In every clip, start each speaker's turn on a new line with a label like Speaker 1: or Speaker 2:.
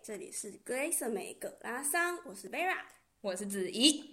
Speaker 1: 这里是 Grace 美葛拉桑，我是 Vera。
Speaker 2: 我是子怡。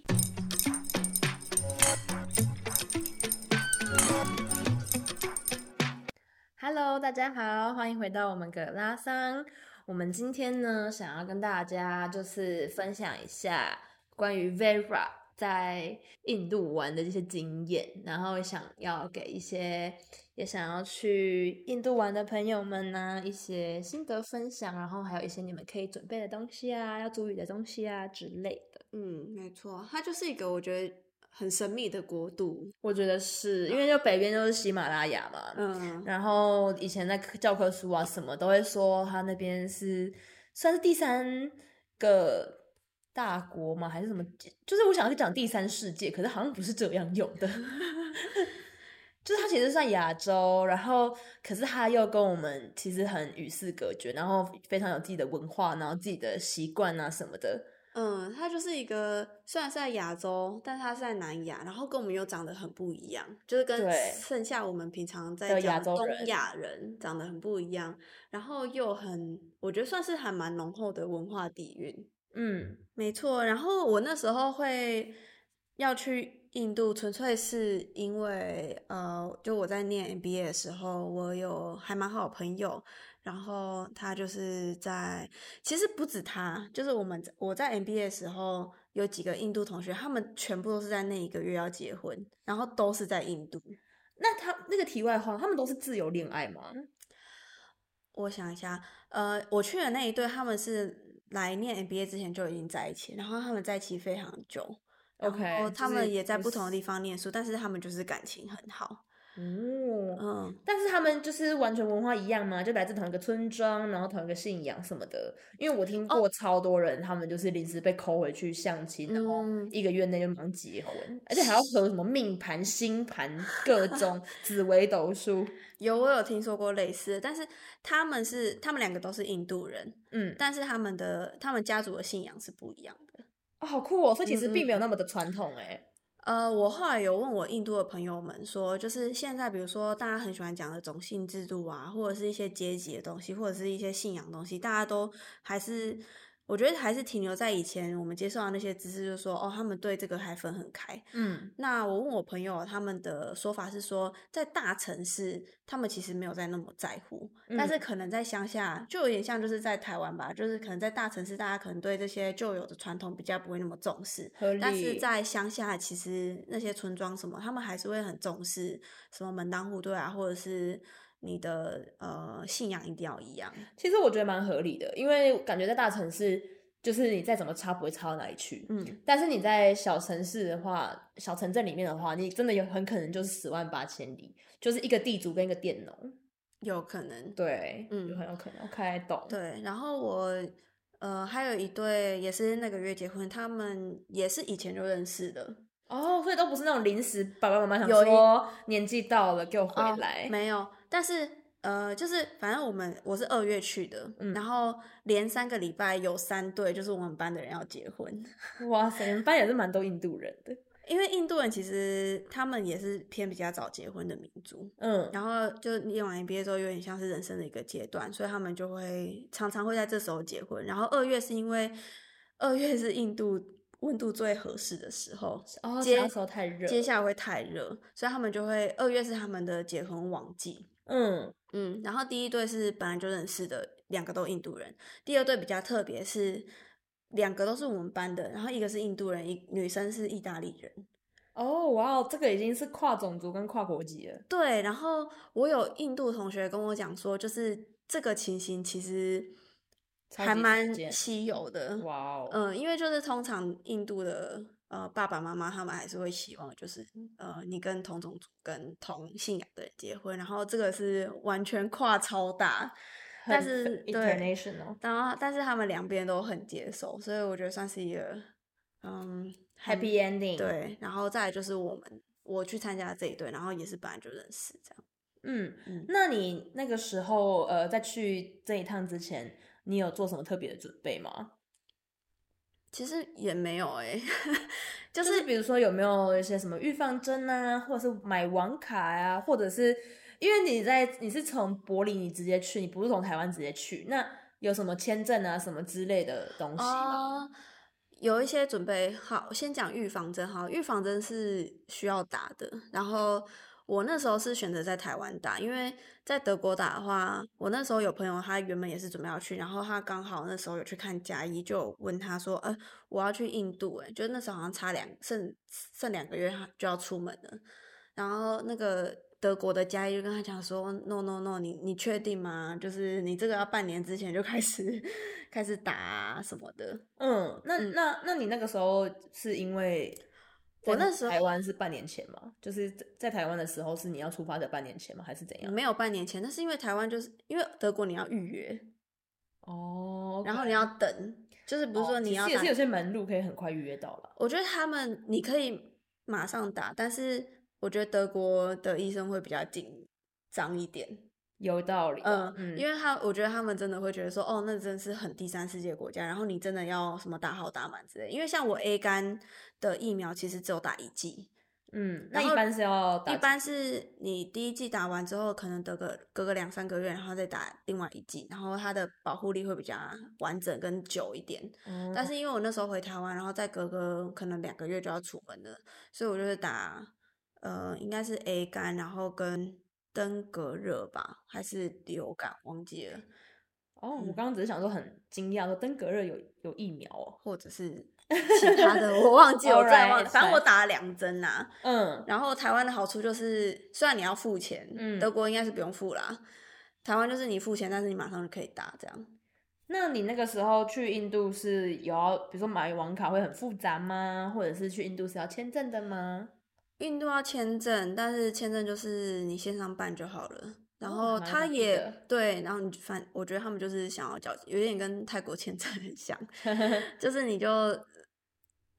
Speaker 2: Hello，大家好，欢迎回到我们葛拉桑。我们今天呢，想要跟大家就是分享一下关于 Vera 在印度玩的这些经验，然后想要给一些也想要去印度玩的朋友们呢、一些心得分享，然后还有一些你们可以准备的东西啊，要注意的东西啊之类的。
Speaker 1: 嗯，没错，它就是一个我觉得很神秘的国度。
Speaker 2: 我觉得是因为就北边就是喜马拉雅嘛，
Speaker 1: 嗯，
Speaker 2: 然后以前在课教科书啊什么都会说他那边是算是第三个大国吗？还是什么？就是我想去讲第三世界，可是好像不是这样用的，就是它其实算亚洲，然后可是它又跟我们其实很与世隔绝，然后非常有自己的文化，然后自己的习惯啊什么的。
Speaker 1: 嗯，它就是一个虽然是在亚洲，但它是在南亚，然后跟我们又长得很不一样，就是跟
Speaker 2: 对
Speaker 1: 剩下我们平常在
Speaker 2: 的
Speaker 1: 讲
Speaker 2: 亚洲
Speaker 1: 东
Speaker 2: 人
Speaker 1: 亚人长得很不一样，然后又很，我觉得算是还蛮浓厚的文化底蕴。
Speaker 2: 嗯，
Speaker 1: 没错，然后我那时候会要去印度，纯粹是因为呃，就我在念 MBA 的时候，我有还蛮好的朋友，然后他就是在，其实不止他，就是我们在我在 MBA 的时候有几个印度同学，他们全部都是在那一个月要结婚，然后都是在印度。
Speaker 2: 那他那个题外话，他们都是自由恋爱吗？
Speaker 1: 我想一下，呃，我去的那一对，他们是来念 MBA 之前就已经在一起，然后他们在一起非常久。然
Speaker 2: OK，
Speaker 1: 后
Speaker 2: 就
Speaker 1: 他们
Speaker 2: 是
Speaker 1: 也在
Speaker 2: 不
Speaker 1: 不同的
Speaker 2: 是
Speaker 1: 地方念书，但是他们就是感情很好。
Speaker 2: 哦，
Speaker 1: 嗯，
Speaker 2: 但是他们就是完全文化一样吗？就来自同一个村庄，然后同一个信仰什么的。因为我听
Speaker 1: 哦
Speaker 2: 过超多人，他们就是临时被抠回去相亲，然后
Speaker 1: 嗯
Speaker 2: 一个月内就马上结婚，而且还要合什么命盘、星盘、各 种紫微斗数。
Speaker 1: 有我有听说过类似的，但是他们是他们两个都是印度人，
Speaker 2: 嗯，
Speaker 1: 但是他们的他们家族的信仰是不一样的。
Speaker 2: 哦，好酷哦！所以其实
Speaker 1: 嗯嗯
Speaker 2: 并没有那么的传统哎。
Speaker 1: 呃，我后来有问我印度的朋友们说，就是现在比如说大家很喜欢讲的种姓制度啊，或者是一些阶级的东西，或者是一些信仰的东西，大家都还是我觉得还是停留在以前我们接受到那些知识，就是说哦，他们对这个还分很开。
Speaker 2: 嗯，
Speaker 1: 那我问我朋友，他们的说法是说，在大城市，他们其实没有在那么在乎，但是可能在乡下，就有点像就是在台湾吧，就是可能在大城市，大家可能对这些旧有的传统比较不会那么重视，
Speaker 2: 合
Speaker 1: 但是
Speaker 2: 理
Speaker 1: 在乡下，其实那些村庄什么，他们还是会很重视什么门当户对啊，或者是你的呃信仰一定要一样。
Speaker 2: 其实我觉得蛮合理的，因为感觉在大城市，就是你再怎么差不会差到哪里去。
Speaker 1: 嗯，
Speaker 2: 但是你在小城市的话，小城镇里面的话，你真的有很可能就是十万八千里，就是一个地主跟一个佃农，
Speaker 1: 有可能。
Speaker 2: 对，
Speaker 1: 嗯
Speaker 2: 就很有可能。OK，懂。，
Speaker 1: 对，然后我呃还有一对也是那个月结婚，他们也是以前就认识的，
Speaker 2: 哦，所以都不是那种临时爸爸妈妈想
Speaker 1: 有一
Speaker 2: 说年纪到了给我回
Speaker 1: 哦
Speaker 2: 来，
Speaker 1: 没有，但是呃，就是反正我们我是二月去的，
Speaker 2: 嗯
Speaker 1: 然后连三个礼拜有三对，就是我们班的人要结婚，
Speaker 2: 哇塞，你们班也是蛮多印度人的，
Speaker 1: 因为印度人其实他们也是偏比较早结婚的民族。
Speaker 2: 嗯，
Speaker 1: 然后就念完 MBA 之后，有点像是人生的一个阶段，所以他们就会常常会在这时候结婚。然后二月是因为二月是印度温度最合适的时候，
Speaker 2: 哦，
Speaker 1: 接
Speaker 2: 那时候太热，
Speaker 1: 接下来会太热，所以他们就会二月是他们的结婚旺季。
Speaker 2: 嗯，
Speaker 1: 嗯，然后第一对是本来就认识的，两个都印度人。第二对比较特别是，两个都是我们班的，然后一个是印度人，一女生是意大利人。
Speaker 2: 哦，哇哦，这个已经是跨种族跟跨国籍了，
Speaker 1: 对，然后我有印度同学跟我讲说，就是这个情形其实
Speaker 2: 超
Speaker 1: 还
Speaker 2: 级
Speaker 1: 蛮
Speaker 2: 常见
Speaker 1: 稀有的。
Speaker 2: 哇哦，
Speaker 1: 嗯，因为就是通常印度的呃爸爸妈妈他们还是会希望就是
Speaker 2: 嗯
Speaker 1: 呃你跟同种族跟同信仰的人结婚，然后这个是完全跨超大，但
Speaker 2: 很
Speaker 1: 是对
Speaker 2: international，
Speaker 1: 然后但是他们两边都很接受，所以我觉得算是一个嗯
Speaker 2: happy ending，，
Speaker 1: 对，然后再来就是我们我去参加这一对，然后也是本来就认识这样，
Speaker 2: 嗯，
Speaker 1: 嗯。
Speaker 2: 那你那个时候呃，在去这一趟之前，你有做什么特别的准备吗？
Speaker 1: 其实也没有 哎、就
Speaker 2: 就是是比如说有没有一些什么预防针啊，或者是买网卡呀、或者是因为你在你是从柏林你直接去，你不是从台湾直接去，那有什么签证啊什么之类的东西吗？
Speaker 1: 哦，有一些准备好，先讲预防针哈。预防针是需要打的，然后我那时候是选择在台湾打，因为在德国打的话，我那时候有朋友他原本也是准备要去，然后他刚好那时候有去看加医，就有问他说，呃，我要去印度、欸，诶，就那时候好像差两剩剩两个月他就要出门了，然后那个。德国的加医就跟他讲说，no no no，你你确定吗？就是你这个要半年之前就开始开始打、啊、什么的。
Speaker 2: 嗯，那
Speaker 1: 嗯
Speaker 2: 那那你那个时候是因为
Speaker 1: 我
Speaker 2: 在
Speaker 1: 那时候
Speaker 2: 台湾是半年前吗？就是在在台湾的时候是你要出发的半年前吗？还是怎样？
Speaker 1: 没有半年前，但是因为台湾就是因为德国你要预约，
Speaker 2: 哦
Speaker 1: 然后你要等，就是
Speaker 2: 比
Speaker 1: 不是说你要
Speaker 2: 哦也
Speaker 1: 打
Speaker 2: 是有些门路可以很快预约到了。
Speaker 1: 我觉得他们你可以马上打，但是我觉得德国的医生会比较紧张一点，
Speaker 2: 有道理啊，
Speaker 1: 嗯，因为他我觉得他们真的会觉得说，哦，那真是很第三世界国家，然后你真的要什么打好打满之类，因为像我 A 肝的疫苗其实只有打一剂，
Speaker 2: 嗯，那
Speaker 1: 然
Speaker 2: 一
Speaker 1: 后
Speaker 2: 般是要打
Speaker 1: 一般是你第一季打完之后，可能得个隔个两三个月，然后再打另外一季，然后它的保护力会比较完整跟久一点。
Speaker 2: 嗯，
Speaker 1: 但是因为我那时候回台湾，然后再隔个可能两个月就要出门了，所以我就是打呃，应该是 A 肝，然后跟登革热吧，还是流感，忘记了，
Speaker 2: 哦，我刚刚只是想说很惊讶，说登革热有有疫苗哦。
Speaker 1: 或者是其他的，我忘记，我再忘
Speaker 2: Alright，
Speaker 1: 了，反正我
Speaker 2: fine
Speaker 1: 打了两针啦、
Speaker 2: 嗯，
Speaker 1: 然后台湾的好处就是，虽然你要付钱，
Speaker 2: 嗯
Speaker 1: 德国应该是不用付啦。台湾就是你付钱，但是你马上就可以打这样。
Speaker 2: 那你那个时候去印度是有要，比如说买网卡会很复杂吗？或者是去印度是要签证的吗？
Speaker 1: 印度要签证，但是签证就是你线上办就好了。然
Speaker 2: 哦
Speaker 1: 后
Speaker 2: 蛮
Speaker 1: 他
Speaker 2: 容易
Speaker 1: 也、
Speaker 2: 的
Speaker 1: 对，然后你就反，我觉得他们就是想要交，有点跟泰国签证很 像，就是你就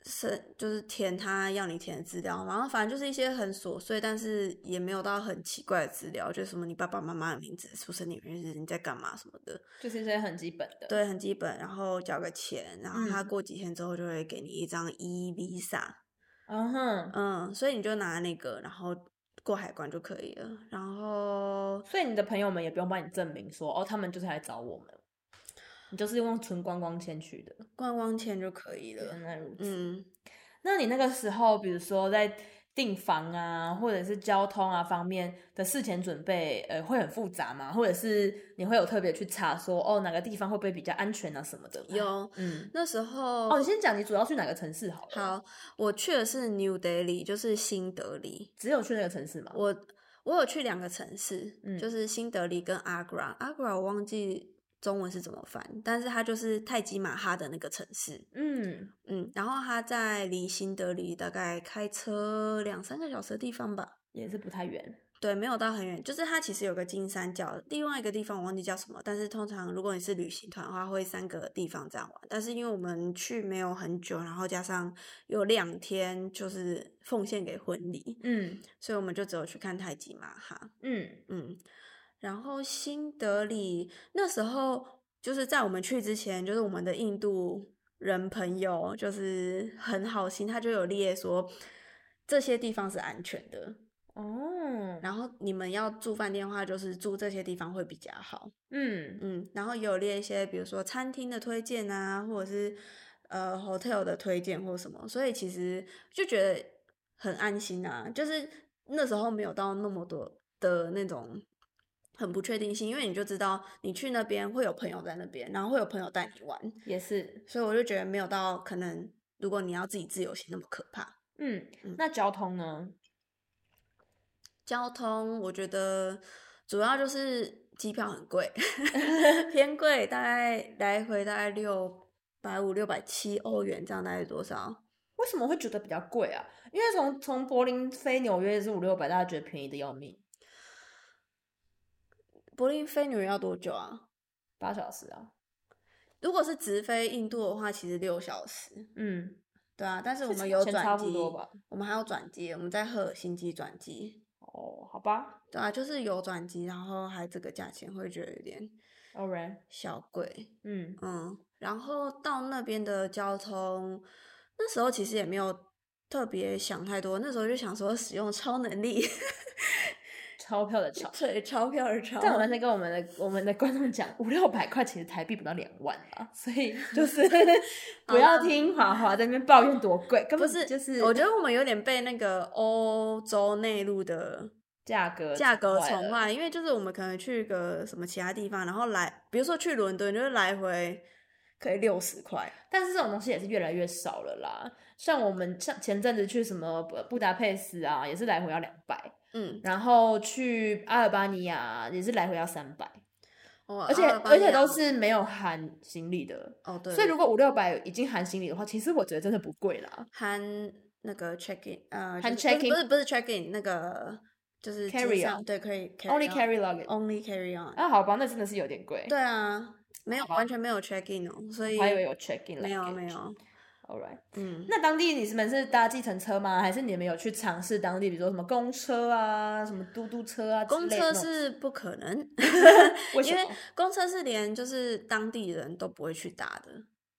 Speaker 1: 是就是填他要你填的资料，然后反正就是一些很琐碎，但是也没有到很奇怪的资料，就什么你爸爸妈妈的名字、出生年月日、你在干嘛什么的。
Speaker 2: 就是一些很基本的。，
Speaker 1: 对，很基本，然后交个钱，然后他
Speaker 2: 嗯
Speaker 1: 过几天之后就会给你一张 E Visa，
Speaker 2: 嗯哼，
Speaker 1: 嗯，所以你就拿那个，然后过海关就可以了。然后
Speaker 2: 所以你的朋友们也不用帮你证明说，哦，他们就是来找我们，你就是用纯观光签去的。
Speaker 1: 观光签就可以了
Speaker 2: 原。来如此。
Speaker 1: 嗯，
Speaker 2: 那你那个时候，比如说在订房啊，或者是交通啊方面的事前准备，呃，会很复杂吗？或者是你会有特别去查说，哦，哪个地方会不会比较安全啊什么的？，
Speaker 1: 有
Speaker 2: 嗯，
Speaker 1: 那时候、
Speaker 2: 哦，你先讲你主要去哪个城市好了。，
Speaker 1: 好，我去的是 New Delhi，就是新德里。
Speaker 2: 只有去那个城市吗？
Speaker 1: 我我有去两个城市，
Speaker 2: 嗯
Speaker 1: 就是新德里跟阿格拉。阿格拉我忘记中文是怎么翻，但是它就是泰姬玛哈的那个城市。
Speaker 2: 嗯，
Speaker 1: 嗯，然后他在离新德里大概开车两三个小时的地方吧。
Speaker 2: 也是不太远。
Speaker 1: 对，没有到很远，就是它其实有个金三角，另外一个地方我忘记叫什么，但是通常如果你是旅行团的话，会三个地方这样玩。但是因为我们去没有很久，然后加上有两天就是奉献给婚礼，
Speaker 2: 嗯
Speaker 1: 所以我们就只有去看泰姬玛哈。
Speaker 2: 嗯
Speaker 1: 嗯，然后新德里那时候就是在我们去之前，就是我们的印度人朋友就是很好心，他就有列说这些地方是安全的，
Speaker 2: 哦，
Speaker 1: 然后你们要住饭店的话，就是住这些地方会比较好。
Speaker 2: 嗯
Speaker 1: 嗯，然后也有列一些，比如说餐厅的推荐啊，或者是呃 hotel 的推荐或什么，所以其实就觉得很安心啊。就是那时候没有到那么多的那种很不确定性，因为你就知道你去那边会有朋友在那边，然后会有朋友带你玩，
Speaker 2: 也是。
Speaker 1: 所以我就觉得没有到可能如果你要自己自由行那么可怕。
Speaker 2: 嗯
Speaker 1: 嗯，
Speaker 2: 那交通呢？
Speaker 1: 交通我觉得主要就是机票很 贵， 偏贵，大概来回大概六百五、六百七欧元，这样大概是多少？
Speaker 2: 为什么会觉得比较贵啊？因为从从柏林飞纽约是五六百，大家觉得便宜的要命，
Speaker 1: 柏林飞女人要多久啊？
Speaker 2: 八小时啊。
Speaker 1: 如果是直飞印度的话，其实六小时，
Speaker 2: 嗯，
Speaker 1: 对啊。但是我
Speaker 2: 是
Speaker 1: 们有
Speaker 2: 钱
Speaker 1: 转
Speaker 2: 差不
Speaker 1: 机，
Speaker 2: 多吧？
Speaker 1: 我们还有转机，我们在赫尔辛基转机，
Speaker 2: 哦，好吧
Speaker 1: 对啊，就是有转机，然后还这个价钱会觉得有点
Speaker 2: ，All right，
Speaker 1: 小贵，
Speaker 2: 嗯
Speaker 1: 嗯，然后到那边的交通，那时候其实也没有特别想太多，那时候就想说使用超能力，
Speaker 2: 钞票的钞。 嗯
Speaker 1: 对，钞票而钞，
Speaker 2: 但我刚才跟我们的我们的观众讲，五六百块其实台币不到两万啊，所 以就是不要听华华在那边抱怨多贵，根
Speaker 1: 不
Speaker 2: 本
Speaker 1: 是
Speaker 2: 就是
Speaker 1: 我觉得我们有点被那个欧洲内陆 的
Speaker 2: 价格
Speaker 1: 价格
Speaker 2: 宠坏
Speaker 1: 宠
Speaker 2: 了
Speaker 1: 坏，因为就是我们可能去个什么其他地方，然后来，比如说去伦敦，就是来回可以六十块，
Speaker 2: 但是这种东西也是越来越少了啦。像我们像前阵子去什么布布达佩斯啊，也是来回要两百，
Speaker 1: 嗯，
Speaker 2: 然后去阿尔巴尼亚也是来回要三百，
Speaker 1: 哦
Speaker 2: 而且
Speaker 1: 阿尔巴尼
Speaker 2: 而且
Speaker 1: 亚
Speaker 2: 都是没有含行李的。
Speaker 1: 哦对，
Speaker 2: 所以如果五六百已经含行李的话，其实我觉得真的不贵啦。
Speaker 1: 含那个 check in，呃，就
Speaker 2: 含
Speaker 1: 是不是
Speaker 2: check-in
Speaker 1: 不是不是 check in 那个就是机
Speaker 2: Carry
Speaker 1: 上
Speaker 2: on
Speaker 1: 对，可以
Speaker 2: Only
Speaker 1: on
Speaker 2: carry luggage。
Speaker 1: only carry on，
Speaker 2: 啊，好吧，那真的是有点贵。
Speaker 1: 对啊，没有
Speaker 2: 好吧
Speaker 1: 完全没有 check in 哦，所以
Speaker 2: 我还以为有 check in
Speaker 1: 没有没。有，
Speaker 2: All right，
Speaker 1: 嗯，
Speaker 2: 那当地你们是搭计程车吗？还是你们有去尝试当地，比如说什么公车啊、什么嘟嘟车啊之
Speaker 1: 公
Speaker 2: 类的
Speaker 1: 车
Speaker 2: 那种？
Speaker 1: 是不可能，
Speaker 2: 为
Speaker 1: 因
Speaker 2: 什
Speaker 1: 为
Speaker 2: 么？
Speaker 1: 公车是连就是当地人都不会去搭的，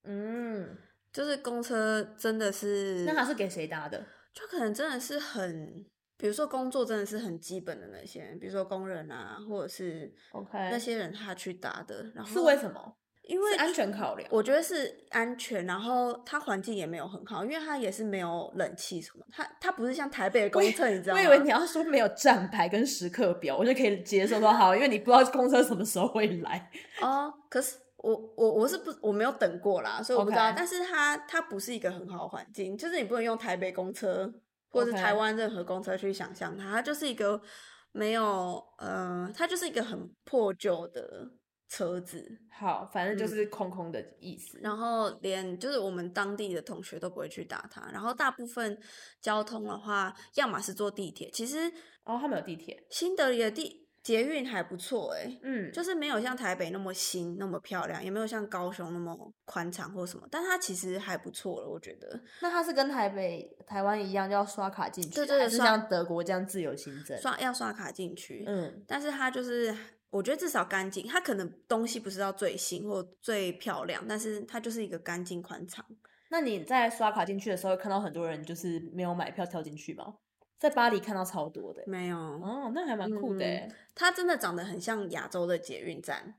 Speaker 2: 嗯，
Speaker 1: 就是公车真的是，
Speaker 2: 那它是给谁搭的？
Speaker 1: 就可能真的是很，比如说工作真的是很基本的那些，比如说工人啊，或者是
Speaker 2: OK
Speaker 1: 那些人他去搭的，然后
Speaker 2: 是为什么？
Speaker 1: 因为
Speaker 2: 是安全考量。
Speaker 1: 我觉得是安全，然后它环境也没有很好，因为它也是没有冷气什么，它它不是像台北的公厕，你知道
Speaker 2: 我
Speaker 1: 吗？
Speaker 2: 以为你要说没有站牌跟时刻表，我就可以接受说好，因为你不知道公车什么时候会来。
Speaker 1: 哦，可是我我我是不我没有等过啦，所以我不知道。
Speaker 2: OK
Speaker 1: 但是它它不是一个很好的环境，就是你不能用台北公车或者是
Speaker 2: OK
Speaker 1: 台湾任何公车去想象它，它就是一个没有呃，它就是一个很破旧的车子，
Speaker 2: 好，反
Speaker 1: 嗯
Speaker 2: 正就是空空的意思。
Speaker 1: 然后连就是我们当地的同学都不会去搭它，然后大部分交通的话，要么是坐地铁，其实
Speaker 2: 哦，他们有地铁。
Speaker 1: 新德里的地捷运还不错诶、
Speaker 2: 嗯，
Speaker 1: 就是没有像台北那么新、那么漂亮，也没有像高雄那么宽敞或什么，但它其实还不错了，我觉得。
Speaker 2: 那它是跟台北、台湾一样要刷卡进去，啊
Speaker 1: 对对
Speaker 2: 还是
Speaker 1: 刷
Speaker 2: 像德国这样自由行政？
Speaker 1: 刷要刷卡进去，
Speaker 2: 嗯，
Speaker 1: 但是它就是我觉得至少干净，它可能东西不是到最新或最漂亮，但是它就是一个干净宽敞。
Speaker 2: 那你在刷卡进去的时候，看到很多人就是没有买票跳进去吗？在巴黎看到超多的欸、
Speaker 1: 没有，
Speaker 2: 哦，那还蛮酷
Speaker 1: 嗯
Speaker 2: 的欸、
Speaker 1: 它真的长得很像亚洲的捷运站，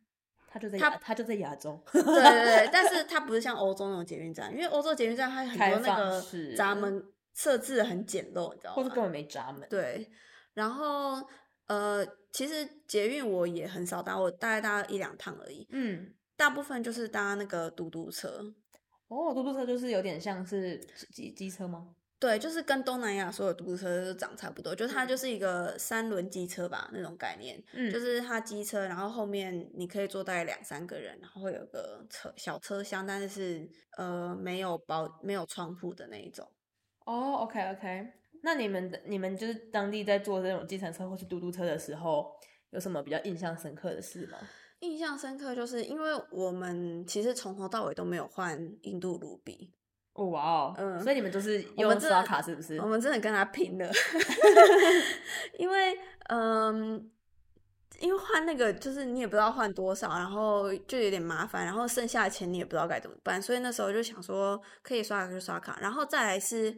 Speaker 2: 他就在
Speaker 1: 它
Speaker 2: 亚，他就在亚洲。
Speaker 1: 对对对，但是它不是像欧洲那种捷运站，因为欧洲捷运站它很
Speaker 2: 开
Speaker 1: 多那
Speaker 2: 放
Speaker 1: 个
Speaker 2: 式
Speaker 1: 闸门设置得很简陋，你知道吗？
Speaker 2: 或是根本没闸门。
Speaker 1: 对，然后呃，其实捷运我也很少搭，我大概搭一两趟而已，
Speaker 2: 嗯，
Speaker 1: 大部分就是搭那个嘟嘟车。
Speaker 2: 哦，嘟嘟车就是有点像是机机机车吗？
Speaker 1: 对，就是跟东南亚所有嘟嘟车都长差不多，就是它就是一个三轮机车吧那种概念，
Speaker 2: 嗯
Speaker 1: 就是是它机车，然后后面你可以坐大概两三个人，然后会有个车小车厢，但是呃没有包没有窗户的那一种。
Speaker 2: 哦，OK OK。那你们的你们就是当地在坐这种计程车或是嘟嘟车的时候，有什么比较印象深刻的事吗？
Speaker 1: 印象深刻就是因为我们其实从头到尾都没有换印度卢比，
Speaker 2: 哦哇哦，
Speaker 1: 嗯
Speaker 2: 所以你们就是
Speaker 1: 我
Speaker 2: 用
Speaker 1: 们这
Speaker 2: 刷卡是不是
Speaker 1: 我？们真的跟他拼了，因为嗯，因为换那个就是你也不知道换多少，然后就有点麻烦，然后剩下的钱你也不知道该怎么办，所以那时候就想说可以刷卡就刷卡，然后再来是。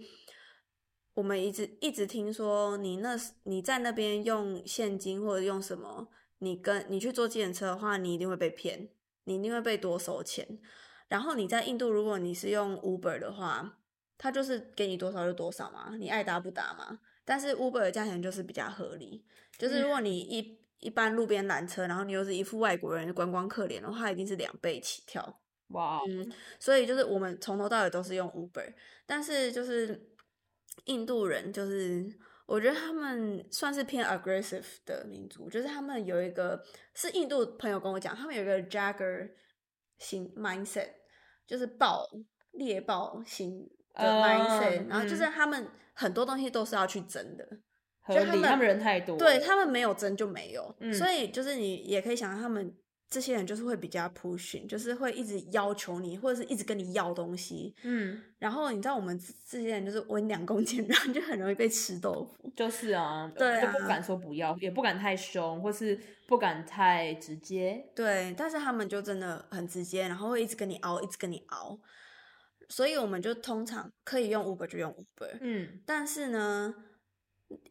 Speaker 1: 我们一直一直听说你那你在那边用现金或者用什么，你跟你去坐计程车的话，你一定会被骗，你一定会被多收钱。然后你在印度，如果你是用 Uber 的话，它就是给你多少就多少嘛，你爱搭不搭嘛。但是 Uber 的价钱就是比较合理，就是如果你一、一般路边拦车，然后你又是一副外国人观光客脸的话，一定是两倍起跳。
Speaker 2: 哇哦，
Speaker 1: 嗯，所以就是我们从头到尾都是用 Uber，但是就是印度人，就是我觉得他们算是偏 aggressive 的民族，就是他们有一个是印度朋友跟我讲，他们有一个 Jagger 型 mindset，就是暴猎暴型的
Speaker 2: 嗯
Speaker 1: mindset，、然后就是
Speaker 2: 嗯
Speaker 1: 他们很多东西都是要去争的，
Speaker 2: 合
Speaker 1: 就他
Speaker 2: 理，
Speaker 1: 们
Speaker 2: 他们人太多，
Speaker 1: 对他们没有争就没有，
Speaker 2: 嗯
Speaker 1: 所以就是你也可以想到他们这些人就是会比较 pushing，就是会一直要求你，或者是一直跟你要东西。
Speaker 2: 嗯，
Speaker 1: 然后你知道我们这这些人就是温良恭俭让，就很容易被吃豆腐。
Speaker 2: 就是啊，
Speaker 1: 对
Speaker 2: 就
Speaker 1: 啊
Speaker 2: 不敢说不要，也不敢太凶，或是不敢太直接。
Speaker 1: 对，但是他们就真的很直接，然后会一直跟你熬，一直跟你熬。所以我们就通常可以用 Uber 就用 Uber，、
Speaker 2: 嗯，
Speaker 1: 但是呢，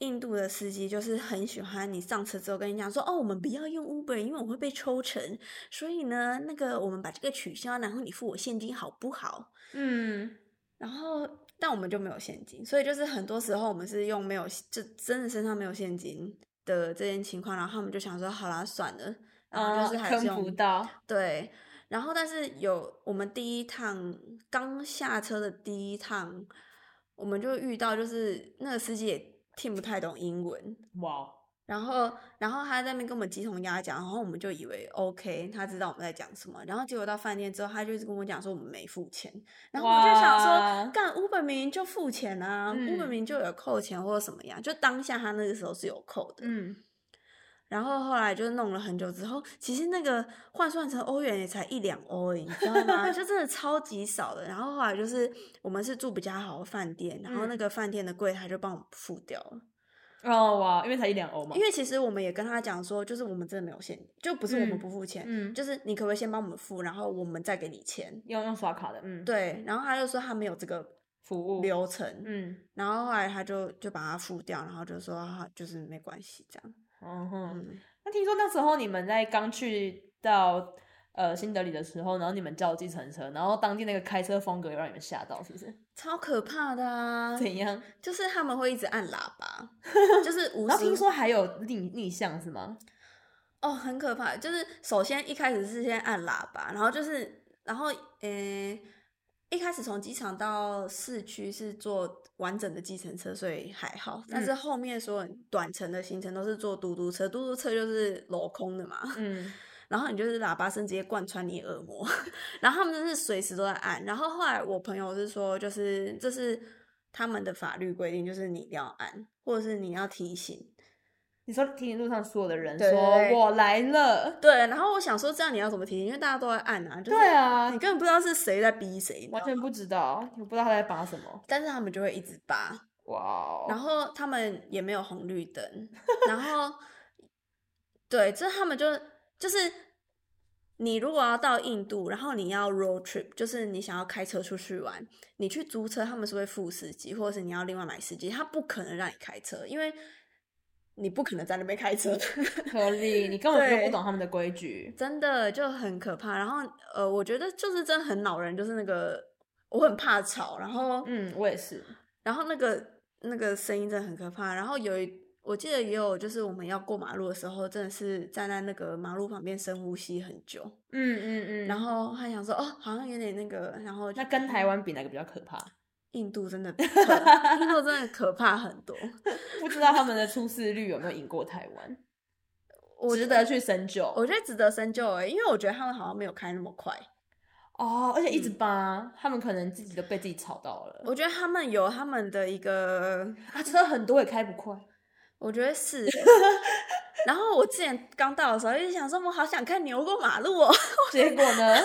Speaker 1: 印度的司机就是很喜欢你上车之后跟你讲说，哦，我们不要用 Uber，因为我会被抽成，所以呢，那个我们把这个取消，然后你付我现金好不好？
Speaker 2: 嗯，
Speaker 1: 然后但我们就没有现金，所以就是很多时候我们是用没有，就真的身上没有现金的这件情况，然后他们就想说，好啦，算了，然后就是还是
Speaker 2: 呃啊坑
Speaker 1: 用、
Speaker 2: 不到，
Speaker 1: 对，然后但是有我们第一趟刚下车的第一趟，我们就遇到就是那个司机也听不太懂英文，
Speaker 2: 哇，哦
Speaker 1: 然后然后他在那边跟我们鸡同鸭讲，然后我们就以为 OK，他知道我们在讲什么，然后结果到饭店之后，他就一直跟我讲说我们没付钱，然后我就想
Speaker 2: 哇
Speaker 1: 说，干 Uber 明明就付钱啊、
Speaker 2: 嗯
Speaker 1: u b e r 明明就有扣钱或者什么样，就当下他那个时候是有扣的，
Speaker 2: 嗯，
Speaker 1: 然后后来就弄了很久之后，其实那个换算成欧元也才一两欧而已，你知道吗？就真的超级少的。然后后来就是我们是住比较好的饭店，然后
Speaker 2: 嗯
Speaker 1: 那个饭店的柜台就帮我们付掉了。
Speaker 2: 哦哇，因为才一两欧嘛
Speaker 1: 因，为其实我们也跟他讲说，就是我们真的没有现，就不是我们
Speaker 2: 嗯
Speaker 1: 不付钱，
Speaker 2: 嗯，
Speaker 1: 就是你可不可以先帮我们付，然后我们再给你钱。
Speaker 2: 用用刷卡的，嗯，，
Speaker 1: 对，然后他就说他没有这个
Speaker 2: 服务，
Speaker 1: 流程，
Speaker 2: 嗯，
Speaker 1: 然后后来他就就把它付掉，然后就说啊就是没关系这样。
Speaker 2: 嗯哼，
Speaker 1: 嗯，
Speaker 2: 那听说那时候你们在刚去到呃新德里的时候，然后你们叫计程车，然后当地那个开车风格有让你们吓到，是不是？
Speaker 1: 超可怕的啊！
Speaker 2: 怎样？
Speaker 1: 就是他们会一直按喇 叭，就是无
Speaker 2: 然后
Speaker 1: 时
Speaker 2: 听说还有逆逆向是吗？
Speaker 1: 哦，很可怕。就是首先一开始是先按喇叭，然后就是然后嗯，一开始从机场到市区是坐完整的计程车，所以还好。
Speaker 2: 嗯
Speaker 1: 但是后面所有短程的行程都是坐嘟嘟车，嘟嘟车就是镂空的嘛，
Speaker 2: 嗯，
Speaker 1: 然后你就是喇叭声直接贯穿你耳膜， 然后他们就是随时都在按。然后后来我朋友是说，就是这是他们的法律规定，就是你一定要按，或者是你要提醒。
Speaker 2: 你说听路上所有的人
Speaker 1: 对
Speaker 2: 说
Speaker 1: 对对
Speaker 2: 我来了，
Speaker 1: 对，然后我想说，这样你要怎么提醒？因为大家都在按啊，就是
Speaker 2: 对啊
Speaker 1: 你根本不知道是谁在逼谁，你知道
Speaker 2: 完全不知道，我不知道他在拔什么。
Speaker 1: 但是他们就会一直扒，
Speaker 2: 哇哦，
Speaker 1: 然后他们也没有红绿灯，然 后对，这他们就就是你如果要到印度，然后你要 road trip，就是你想要开车出去玩，你去租车，他们是会付司机，或者是你要另外买司机，他不可能让你开车，因为你不可能在那边开车，
Speaker 2: 合理，你根本就
Speaker 1: 对
Speaker 2: 不懂他们的规矩。
Speaker 1: 真的就很可怕。然后呃，我觉得就是真的很恼人，就是那个我很怕吵，然后
Speaker 2: 嗯，我也是。
Speaker 1: 然后那个那个声音真的很可怕。然后有一，我记得也有，就是我们要过马路的时候，真的是站在那个马路旁边深呼吸很久，
Speaker 2: 嗯嗯嗯。
Speaker 1: 然后还想说哦，好像有点那个，然后就
Speaker 2: 那跟台湾比，哪个比较可怕？
Speaker 1: 印度 真的很，印度真的可怕很多。
Speaker 2: 不知道他们的出事率有没有赢过台湾，
Speaker 1: 我
Speaker 2: 值
Speaker 1: 觉
Speaker 2: 得
Speaker 1: 得，
Speaker 2: 去深究。
Speaker 1: 我觉得值得深究欸诶、因为我觉得他们好像没有开那么快。
Speaker 2: 哦，而且一直扒，他们可能自己都被自己吵到了。
Speaker 1: 嗯我觉得他们有他们的一个，
Speaker 2: 啊，车很多也开不快。
Speaker 1: 我觉得是 欸、然后我之前刚到的时候，一直想说，我好想看牛过马路哦。
Speaker 2: 结果呢？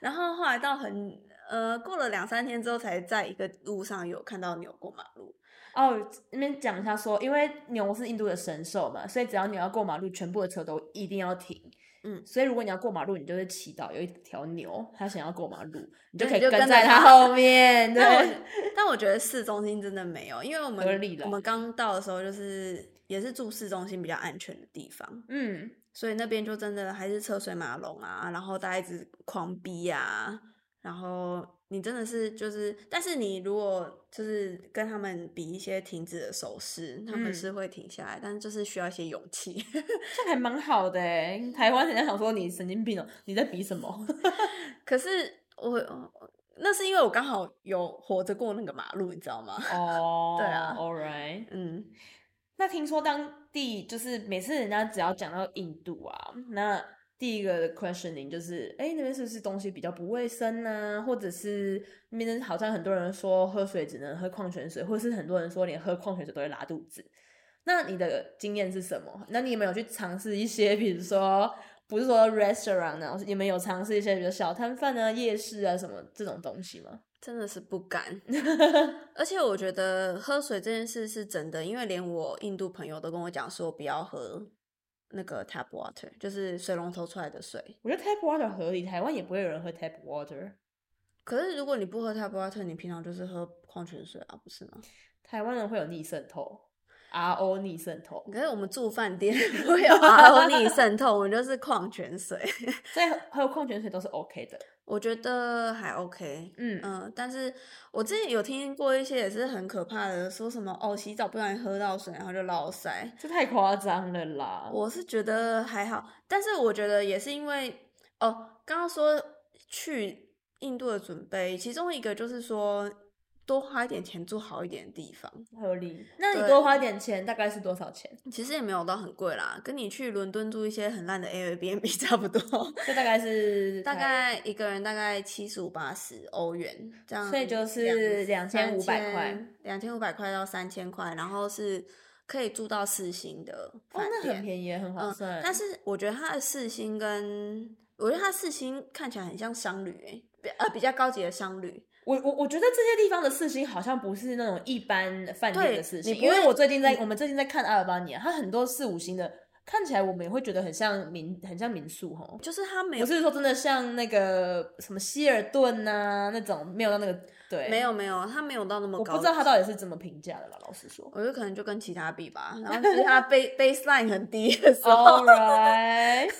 Speaker 1: 然后后来到很呃过了两三天之后，才在一个路上有看到牛过马路。
Speaker 2: 哦，那边讲一下说，因为牛是印度的神兽嘛，所以只要你要过马路，全部的车都一定要停。
Speaker 1: 嗯
Speaker 2: 所以如果你要过马路，你就是祈祷有一条牛，它想要过马路，你就
Speaker 1: 对
Speaker 2: 可以
Speaker 1: 你就跟着
Speaker 2: 在它
Speaker 1: 它
Speaker 2: 后 面。对，
Speaker 1: 但我但我觉得市中心真的没有，因为我
Speaker 2: 合
Speaker 1: 们
Speaker 2: 理啦
Speaker 1: 我们刚到的时候就是也是住市中心比较安全的地方，
Speaker 2: 嗯，
Speaker 1: 所以那边就真的还是车水马龙啊，然后大家一直狂逼啊，然后你真的是就是，但是你如果就是跟他们比一些停止的手势，他们
Speaker 2: 嗯
Speaker 1: 是会停下来，但是就是需要一些勇气。
Speaker 2: 这还蛮好的欸。台湾人家想说你神经病哦、你在比什么？
Speaker 1: 可是我呃那是因为我刚好有活着过那个马路，你知道吗？
Speaker 2: 哦，
Speaker 1: 对啊
Speaker 2: ，All right。
Speaker 1: 嗯，
Speaker 2: 那听说当地就是每次人家只要讲到印度啊，那第一个的 questioning 就是，哎，那边是不是东西比较不卫生呢、或者是那边好像很多人说喝水只能喝矿泉水，或者是很多人说连喝矿泉水都会拉肚子。那你的经验是什么？那你有没有去尝试一些，比如说不是说 restaurant 呢、你们有尝试一些，比如小摊贩啊、夜市啊什么这种东西吗？
Speaker 1: 真的是不敢。而且我觉得喝水这件事是真的，因为连我印度朋友都跟我讲说不要喝那个 tap water，就是水龙头出来的水。
Speaker 2: 我觉得 tap water 合理，台湾也不会有人喝 tap water。
Speaker 1: 可是如果你不喝 tap water，你平常就是喝矿泉水啊，不是吗？
Speaker 2: 台湾人会有逆渗透， RO 逆渗透，
Speaker 1: 可是我们住饭店 不会有 RO 逆渗透，我们就是矿泉水，
Speaker 2: 所以还有矿泉水都是 OK 的。
Speaker 1: 我觉得还 OK。
Speaker 2: 嗯，
Speaker 1: 嗯，但是我之前有听过一些也是很可怕的，说什么哦，洗澡不小心喝到水，然后就落腮。
Speaker 2: 这太夸张了啦。
Speaker 1: 我是觉得还好，但是我觉得也是因为哦，刚刚说去印度的准备，其中一个就是说多花一点钱住好一点的地方，
Speaker 2: 合理。那你
Speaker 1: 对
Speaker 2: 多花点钱，大概是多少钱？
Speaker 1: 其实也没有到很贵啦，跟你去伦敦住一些很烂的 Airbnb 差不多，
Speaker 2: 这大概是哦
Speaker 1: 大，概一个人大概七十五八十欧元这样，
Speaker 2: 所以就是2500块，
Speaker 1: 两千五百块到三千块，然后是可以住到四星的
Speaker 2: 哦，
Speaker 1: 饭
Speaker 2: 那
Speaker 1: 店，
Speaker 2: 很便宜耶，很划
Speaker 1: 嗯
Speaker 2: 算。，
Speaker 1: 但是我觉得它的四星跟我觉得它的四星看起来很像商旅、欸，比呃比较高级的商旅。
Speaker 2: 我我我觉得这些地方的四星好像不是那种一般饭店的
Speaker 1: 对
Speaker 2: 四
Speaker 1: 你
Speaker 2: 星，
Speaker 1: 不
Speaker 2: 因为
Speaker 1: 会
Speaker 2: 我最近在
Speaker 1: 你
Speaker 2: 我们最近在看阿尔巴尼亚，它很多四五星的，看起来我们也会觉得很像民很像民宿哈，
Speaker 1: 就是它没
Speaker 2: 不
Speaker 1: 有
Speaker 2: 是说真的像那个什么希尔顿呐、那种没有到那个对，
Speaker 1: 没，有没有，它没有到那么
Speaker 2: 我
Speaker 1: 高。
Speaker 2: 不知道它到底是怎么评价的啦，老 实说。
Speaker 1: 我就可能就跟其他比吧，然 后就是它 base baseline 很低的时候
Speaker 2: All right，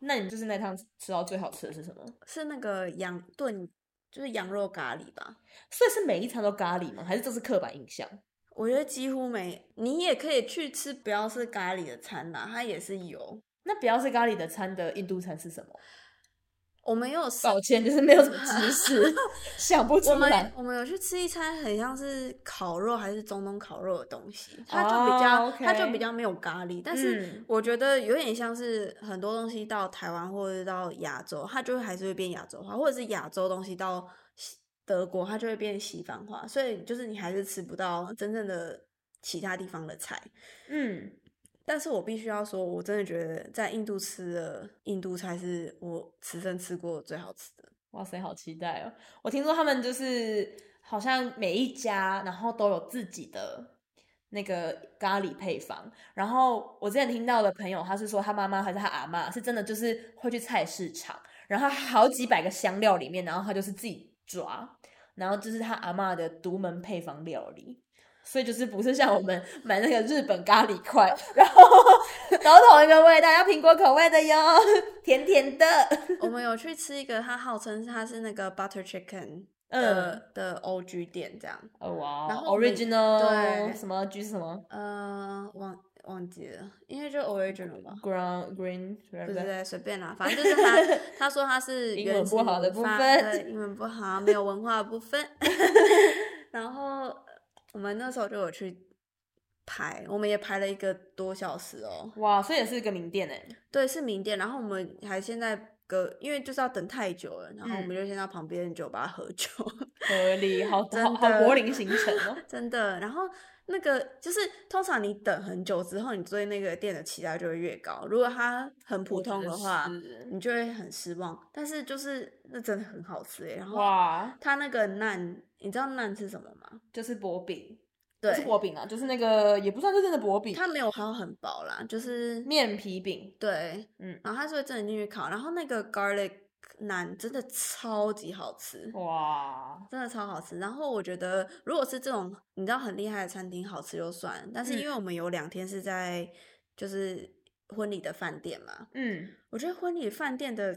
Speaker 2: 那你们就是那趟吃到最好吃的是什么？
Speaker 1: 是那个羊炖，就是羊肉咖喱吧。
Speaker 2: 所以是每一餐都咖喱吗？还是这是刻板印象？
Speaker 1: 我觉得几乎没，你也可以去吃，不要是咖喱的餐啦，它也是有。
Speaker 2: 那不要是咖喱的餐的印度餐是什么？
Speaker 1: 我们也有吃，
Speaker 2: 抱歉，就是没有什么知识， 想不出
Speaker 1: 我们
Speaker 2: 来。
Speaker 1: 我们有去吃一餐，很像是烤肉还是中东烤肉的东西，它就比较、
Speaker 2: 哦
Speaker 1: 它就
Speaker 2: OK
Speaker 1: 比较没有咖喱，但是
Speaker 2: 嗯
Speaker 1: 我觉得有点像是很多东西到台湾或者到亚洲，它就会还是会变亚洲化，或者是亚洲东西到西德国，它就会变西方化，所以就是你还是吃不到真正的其他地方的菜。
Speaker 2: 嗯，
Speaker 1: 但是我必须要说，我真的觉得在印度吃的印度菜是我此生吃过最好吃的。
Speaker 2: 哇塞，好期待哦！我听说他们就是好像每一家，然后都有自己的那个咖喱配方。然后我之前听到的朋友，他是说他妈妈还是他阿妈，是真的就是会去菜市场，然后好几百个香料里面，然后他就是自己抓，然后这是他阿妈的独门配方料理。所以就是不是像我们 买那个日本咖喱块，然后 都同一个味道，要苹果口味的哟， 甜甜的。
Speaker 1: 我们有去吃一个，它号称它是那个 butter chicken 的、
Speaker 2: 嗯，
Speaker 1: 的 OG 店，这样，
Speaker 2: 哦哇哦
Speaker 1: 然后我们
Speaker 2: ，original
Speaker 1: 对
Speaker 2: 什么 G 是什么
Speaker 1: 呃，忘忘记了，应该就 original 吧。
Speaker 2: ground green
Speaker 1: 对
Speaker 2: red
Speaker 1: 对
Speaker 2: red
Speaker 1: 对，随便啦，反正就是 他，他说他是
Speaker 2: 英
Speaker 1: 原
Speaker 2: 文不
Speaker 1: 住
Speaker 2: 好的
Speaker 1: 民
Speaker 2: 部
Speaker 1: 发
Speaker 2: 分
Speaker 1: 对，英文不好，没有文化的部 分。然后我们那时候就有去排，我们也排了一个多小时哦。
Speaker 2: 哇，所以也是一个名店哎，
Speaker 1: 对，是名店，然后我们还现在隔，因为就是要等太久了，然后我
Speaker 2: 嗯
Speaker 1: 们就先到旁边的酒吧喝酒，
Speaker 2: 合理，好
Speaker 1: 真的
Speaker 2: 好好柏林行程哦。
Speaker 1: 真的。然后那个就是通常你等很久之后，你对那个店的期待就会越高，如果它很 普通的话，
Speaker 2: 我觉得是
Speaker 1: 你就会很失望。但是就是那真的很好吃诶，欸然后
Speaker 2: 哇，
Speaker 1: 它那个馕，你知道馕是什么吗？
Speaker 2: 就是薄饼，不是
Speaker 1: 对，
Speaker 2: 薄饼啊，就是那个也不算是真的薄饼，
Speaker 1: 它没有烤很薄啦，就是
Speaker 2: 嗯面皮饼，
Speaker 1: 对，
Speaker 2: 嗯
Speaker 1: 然后它是会真的进去烤，然后那个 garlic 馕真的超级好吃，
Speaker 2: 哇，
Speaker 1: 真的超好吃。然后我觉得，如果是这种你知道很厉害的餐厅，好吃就算。但是因
Speaker 2: 嗯
Speaker 1: 为我们有两天是在就是婚礼的饭店嘛，
Speaker 2: 嗯，
Speaker 1: 我觉得婚礼饭店的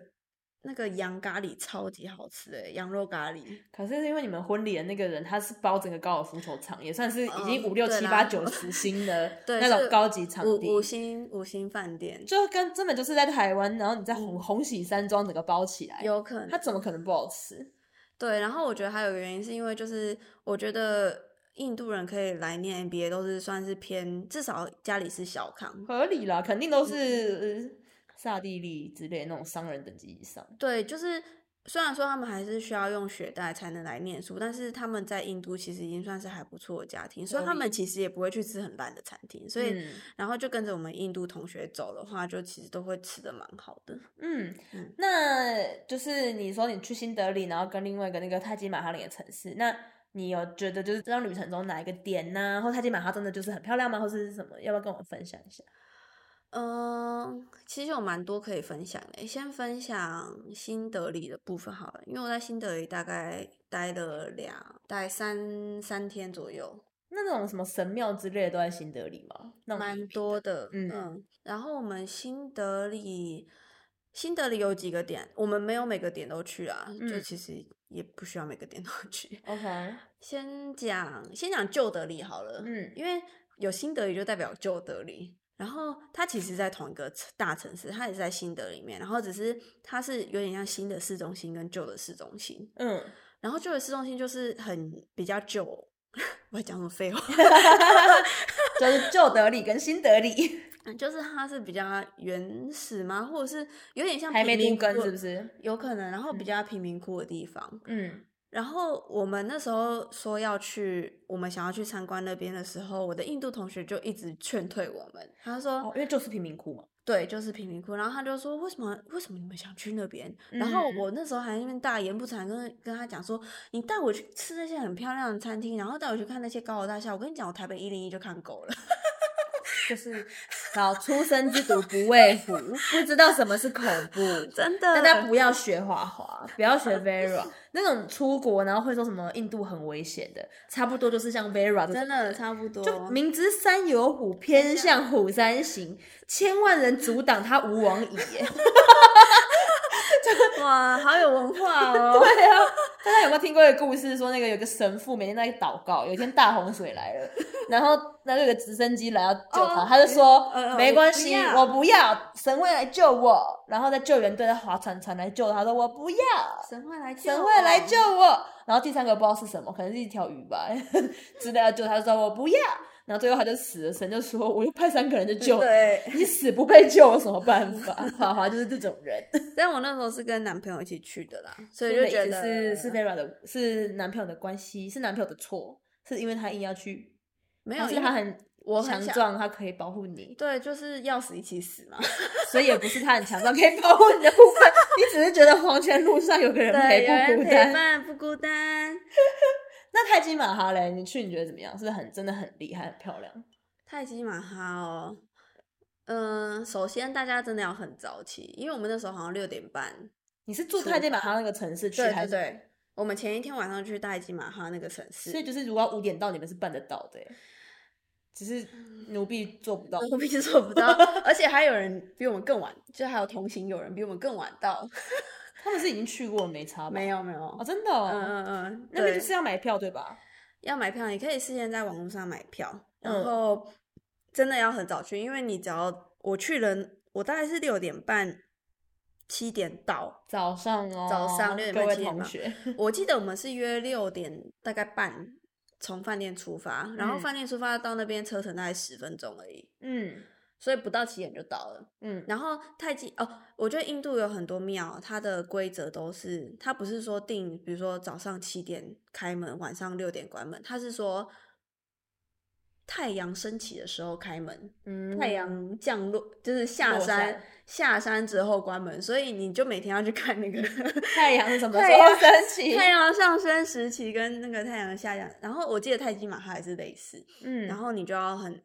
Speaker 1: 那个羊咖喱超级好吃诶、羊肉咖喱。
Speaker 2: 可是因为你们婚礼的那个人他是包整个高尔夫球场，也算是已经
Speaker 1: 哦
Speaker 2: 五六
Speaker 1: 对
Speaker 2: 七
Speaker 1: 啦
Speaker 2: 八九 十星的
Speaker 1: 对
Speaker 2: 那种
Speaker 1: 是
Speaker 2: 高级场
Speaker 1: 五
Speaker 2: 地，
Speaker 1: 五星五星饭店
Speaker 2: 就跟根本就是在台湾，然后你在
Speaker 1: 嗯
Speaker 2: 红红喜山庄整个包起来，
Speaker 1: 有可能
Speaker 2: 它怎么可能不好吃？
Speaker 1: 对，然后我觉得还有一个原因是因为就是我觉得印度人可以来念 MBA 都是算是偏至少家里是小康，
Speaker 2: 合理啦，肯定都是呃萨地利之类那种商人等级以上。
Speaker 1: 对，就是虽然说他们还是需要用学贷才能来念书，但是他们在印度其实已经算是还不错的家庭，所以
Speaker 2: 合
Speaker 1: 他
Speaker 2: 理
Speaker 1: 们其实也不会去吃很烂的餐厅，所以、
Speaker 2: 嗯
Speaker 1: 然后就跟着我们印度同学走的话，就其实都会吃的蛮好的。
Speaker 2: 嗯，
Speaker 1: 嗯
Speaker 2: 那就是你说你去新德里，然后跟另外一个那个泰姬玛哈陵的城市，那你有觉得就是这趟旅程中哪一个点呢、或泰姬玛哈真的就是很漂亮吗？或是什么？要不要跟我分享一下？
Speaker 1: 嗯，其实有蛮多可以分享的。先分享新德里的部分好了，因为我在新德里大概待了两，大概三三天左右。
Speaker 2: 那种什么神庙之类的都在新德里吗？那种
Speaker 1: 蛮多的，
Speaker 2: 嗯
Speaker 1: 然后我们新德里，新德里有几个点，我们没有每个点都去啊，就
Speaker 2: 嗯
Speaker 1: 其实也不需要每个点都 去。
Speaker 2: OK，
Speaker 1: 先讲先讲旧德里好了，
Speaker 2: 嗯
Speaker 1: 因为有新德里就代表旧德里。然后它其实，在同一个城大城市，它也是在新德里面，然后只是它是有点像新的市中心跟旧的市中心。
Speaker 2: 嗯，
Speaker 1: 然后旧的市中心就是很比较旧， 我在讲什么废话？
Speaker 2: 就是旧德里跟新德里
Speaker 1: 嗯，就是它是比较原始吗？或者是有点像
Speaker 2: 还
Speaker 1: 贫
Speaker 2: 没
Speaker 1: 民
Speaker 2: 停更
Speaker 1: 窟
Speaker 2: 是不是？
Speaker 1: 有可能，然后比
Speaker 2: 嗯
Speaker 1: 较贫民窟的地方。
Speaker 2: 嗯
Speaker 1: 然后我们那时候说要去，我们想要去参观那边的时候，我的印度同学就一直劝退我们。他说：“
Speaker 2: 哦，因为就是贫民窟嘛。
Speaker 1: 对，就是贫民窟。”然后他就说：“为什么？为什么你们想去那边？”然后
Speaker 2: 嗯
Speaker 1: 我那时候还在那边大言不惭跟跟他讲说：“你带我去吃那些很漂亮的餐厅，然后带我去看那些高楼大厦。”我跟你讲，我台北一零一就看够了。
Speaker 2: 就是，然后初生之犊不畏虎，不知道什么是恐怖，
Speaker 1: 真的，
Speaker 2: 大家不要学华华，不要学 Vera 那种出国然后会说什么印度很危险的，差不多就是像 Vera 这种
Speaker 1: 真的哦差不多，
Speaker 2: 就明知山有虎，偏向虎山行，千万人阻挡他无往矣耶。
Speaker 1: 哇，好有文化哦！
Speaker 2: 对啊，大家有没有听过一个故事？说那个有个神父每天在祷告，有一天大洪水来 了，然后那个有个直升机来要救他，
Speaker 1: 哦
Speaker 2: 他就说、
Speaker 1: 嗯嗯
Speaker 2: 没关系，
Speaker 1: 我不要
Speaker 2: 我不要，神会来救我。然后在救援队在划船船来救他，他说我不要，
Speaker 1: 神会来救，
Speaker 2: 神会来救我。然后第三个不知道是什么，可能是一条鱼吧， 知道要救他，他说我不要。然后最后他就死了，神就说我就派三个人就救你
Speaker 1: 对，
Speaker 2: 你死不被救有什么办法？ 华华就是这种人，
Speaker 1: 但我那时候是跟男朋友一起去的啦，所以
Speaker 2: 所
Speaker 1: 就
Speaker 2: 以
Speaker 1: 觉
Speaker 2: 一直
Speaker 1: 得
Speaker 2: 是是 Vera 的，是男朋友的关系，是男朋友的错，是因为他硬要去，
Speaker 1: 没有，
Speaker 2: 还是
Speaker 1: 因为
Speaker 2: 他很
Speaker 1: 我很
Speaker 2: 强
Speaker 1: 想
Speaker 2: 壮，他可以保护你，
Speaker 1: 对，就是要死一起死嘛，
Speaker 2: 所以也不是他很强壮可以保护你的部分，你只是觉得黄泉路上有个人陪
Speaker 1: 对，有人
Speaker 2: 不孤
Speaker 1: 陪
Speaker 2: 单。
Speaker 1: 伴不孤单。
Speaker 2: 那泰姬玛哈嘞，你去你觉得怎么样？是不是很真的很厉害，很漂亮？
Speaker 1: 泰姬玛哈哦，嗯，首先大家真的要很早起，因为我们那时候好像六点半，
Speaker 2: 你是住
Speaker 1: 出
Speaker 2: 泰姬玛哈那个城市去
Speaker 1: 对对
Speaker 2: 还是？
Speaker 1: 对，我们前一天晚上去泰姬玛哈那个城市
Speaker 2: 所以，就是如果要五点到，你们是办得到的耶，只是
Speaker 1: 嗯
Speaker 2: 奴婢做不到。
Speaker 1: 我们一直做不 到，而且还有人比我们更晚，就还有同行有人比我们更晚到，
Speaker 2: 他们是已经去过了没差吧？
Speaker 1: 没有没有，
Speaker 2: 哦，真的、哦，
Speaker 1: 嗯嗯嗯，
Speaker 2: 那边就
Speaker 1: 对
Speaker 2: 是要买票对吧？
Speaker 1: 要买票，你可以事先在网络上买票，
Speaker 2: 嗯
Speaker 1: 然后真的要很早去，因为你只要我去了，我大概是六点半、七点 到，
Speaker 2: 早上哦，
Speaker 1: 早上六点
Speaker 2: 各
Speaker 1: 半
Speaker 2: 位
Speaker 1: 七点
Speaker 2: 同
Speaker 1: 半
Speaker 2: 学，
Speaker 1: 我记得我们是约六点大概半从饭店出发，然后
Speaker 2: 嗯
Speaker 1: 饭店出发到那边车程大概十分钟而已，
Speaker 2: 嗯
Speaker 1: 所以不到七点就到了。
Speaker 2: 嗯
Speaker 1: 然后泰姬哦，我觉得印度有很多庙，它的规则都是，它不是说定，比如说早上七点开门，晚上六点关门，它是说太阳升起的时候开门，
Speaker 2: 嗯，
Speaker 1: 太阳降落就是下
Speaker 2: 落
Speaker 1: 山
Speaker 2: 山
Speaker 1: 下山之后关门，所以你就每天要去看 那个
Speaker 2: 太阳是什么时
Speaker 1: 太
Speaker 2: 候
Speaker 1: 阳
Speaker 2: 升起？
Speaker 1: 太阳上升时期跟那个太阳下降，然后我记得泰姬玛哈也是类似，
Speaker 2: 嗯，
Speaker 1: 然后你就要很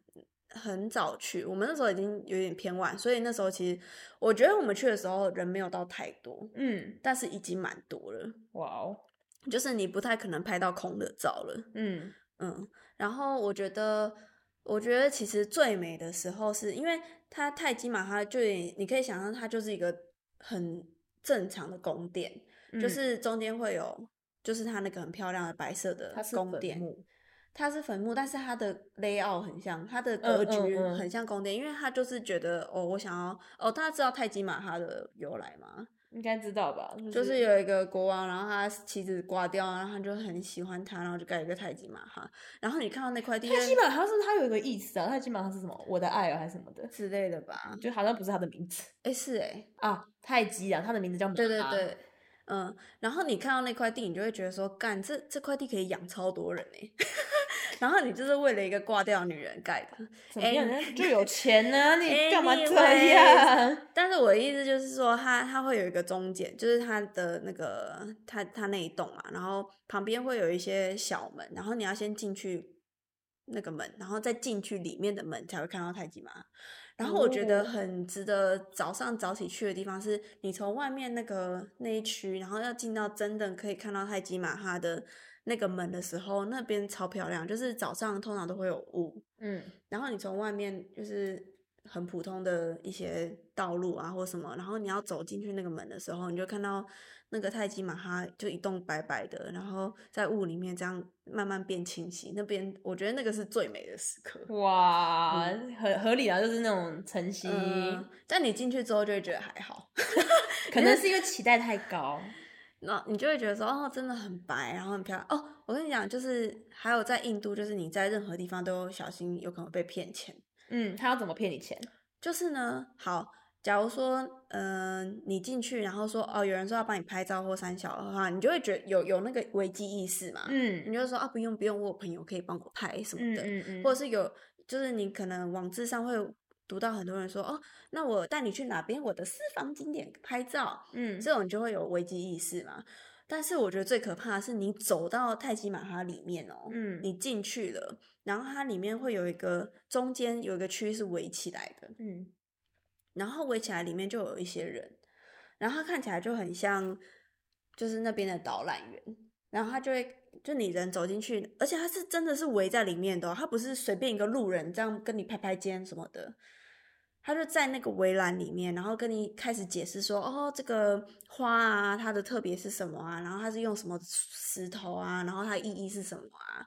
Speaker 1: 很早去。我们那时候已经有点偏晚，所以那时候其实我觉得我们去的时候人没有到太多，
Speaker 2: 嗯，
Speaker 1: 但是已经蛮多了，
Speaker 2: 哇哦，
Speaker 1: 就是你不太可能拍到空的照了。
Speaker 2: 嗯
Speaker 1: 嗯，然后我觉得。我觉得其实最美的时候是因为它泰姬玛哈就有点你可以想象它就是一个很正常的宫殿，就
Speaker 2: 嗯
Speaker 1: 是中间会有就是它那个很漂亮的白色的
Speaker 2: 它是
Speaker 1: 宫
Speaker 2: 坟
Speaker 1: 殿，
Speaker 2: 墓
Speaker 1: 它是坟墓，但是它的 layout 很像，它的
Speaker 2: 嗯
Speaker 1: 格局
Speaker 2: 嗯嗯
Speaker 1: 很像宫殿，因为他就是觉得哦，我想要哦，大家知道泰姬玛哈的由来吗？
Speaker 2: 应该知道吧？
Speaker 1: 就是
Speaker 2: 有
Speaker 1: 有一个国王，然后他妻子挂掉，啊然后他就很喜欢他，然后就盖了一个泰姬玛哈。然后你看到那块地，
Speaker 2: 泰姬玛哈是它有一个意思啊，泰姬玛哈是什么？我的爱啊，还是什么的？
Speaker 1: 之类的吧？
Speaker 2: 就好像不是他的名字
Speaker 1: 哎，是哎，
Speaker 2: 啊，泰姬啊，他的名字叫玛
Speaker 1: 对对
Speaker 2: 哈，
Speaker 1: 对，嗯。然后你看到那块地，你就会觉得说，干这这块地可以养超多人哎。 然后你就是为了一个挂掉的女人盖的，
Speaker 2: 怎么样？
Speaker 1: 哎
Speaker 2: 人家就有钱呢，你干嘛这
Speaker 1: Anyways，
Speaker 2: 样？
Speaker 1: 但是我的意思就是说它，它会有一个中间，就是它的那个它它那一栋嘛，然后旁边会有一些小门，然后你要先进去那个门，然后再进去里面的门才会看到泰姬玛哈。然后我觉得
Speaker 2: 哦
Speaker 1: 很值得早上早起去的地方是，你从外面那个那一区，然后要进到真的可以看到泰姬玛哈的那个门的时候，那边超漂亮，就是早上通常都会有雾，
Speaker 2: 嗯，
Speaker 1: 然后你从外面就是很普通的一些道路啊或什么，然后你要走进去那个门的时候，你就看到那个泰姬玛哈就一栋白白的，然后在雾里面这样慢慢变清晰。那边我觉得那个是最美的时刻。
Speaker 2: 哇，合合理啊，就是那种晨曦，
Speaker 1: 嗯，但你进去之后就会觉得还好，
Speaker 2: 可能是因为期待太高。
Speaker 1: 那你就会觉得说哦，真的很白，然后很漂亮哦。我跟你讲，就是还有在印度，就是你在任何地方都小心有可能被骗钱。
Speaker 2: 嗯，他要怎么骗你钱？
Speaker 1: 就是呢，好，假如说，嗯、你进去，然后说，哦，有人说要帮你拍照或三小的话，你就会觉得有有那个危机意识嘛，
Speaker 2: 嗯
Speaker 1: 你就说啊，不用不用，我有朋友可以帮我拍什么
Speaker 2: 嗯
Speaker 1: 的，
Speaker 2: 嗯嗯，
Speaker 1: 或者是有，就是你可能网志上会读到很多人说，哦，那我带你去哪边我的私房景点拍照，
Speaker 2: 嗯
Speaker 1: 这种你就会有危机意识嘛。但是我觉得最可怕的是，你走到泰姬玛哈里面哦，
Speaker 2: 嗯
Speaker 1: 你进去了，然后它里面会有一个中间有一个区是围起来的，
Speaker 2: 嗯，
Speaker 1: 然后围起来里面就有一些人，然后他看起来就很像就是那边的导览员，然后他就会就你人走进去，而且他是真的是围在里面的哦、他不是随便一个路人这样跟你拍拍肩什么的。他就在那个围栏里面，然后跟你开始解释说，哦，这个花啊，它的特别是什么啊，然后它是用什么石头啊，然后它的意义是什么啊，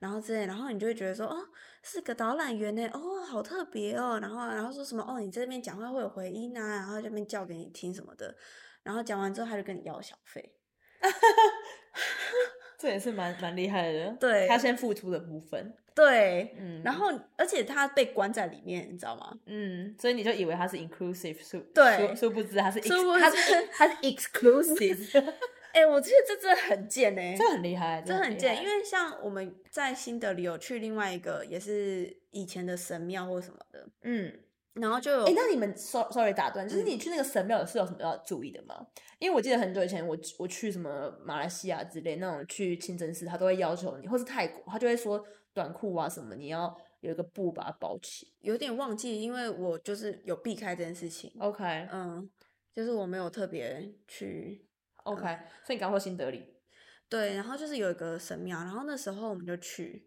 Speaker 1: 然后之类，然后你就会觉得说，哦，是个导览员呢，哦，好特别哦。然后，然后说什么哦，你这边讲话会有回音啊，然后这边叫给你听什么的。然后讲完之后，他就跟你要小费。
Speaker 2: 这也是蛮蛮厉害的。
Speaker 1: 对
Speaker 2: 他先付出的部分。
Speaker 1: 对，
Speaker 2: 嗯，
Speaker 1: 然后而且他被关在里面，你知道吗？
Speaker 2: 嗯，所以你就以为他是 inclusive，殊
Speaker 1: 对
Speaker 2: 殊殊不知他是 ex,
Speaker 1: 殊不知
Speaker 2: 他是他是 exclusive，
Speaker 1: 哎，我觉得这真的很贱哎、
Speaker 2: 这很厉害，
Speaker 1: 这很
Speaker 2: 厉
Speaker 1: 贱，
Speaker 2: 害
Speaker 1: 因为像我们在新德里有去另外一个也是以前的神庙或什么的，
Speaker 2: 嗯。
Speaker 1: 然后就有
Speaker 2: 哎、那你们 so, sorry 打断，就是
Speaker 1: 嗯
Speaker 2: 你去那个神庙是有什么要注意的吗？因为我记得很久以前我我去什么马来西亚之类那种去清真寺，他都会要求你，或是泰国，他就会说短裤啊什么你要有一个布把它包起。
Speaker 1: 有点忘记，因为我就是有避开这件事情，
Speaker 2: OK
Speaker 1: 嗯，就是我没有特别去
Speaker 2: OK，、所以你刚说新德里，
Speaker 1: 对，然后就是有一个神庙，然后那时候我们就去，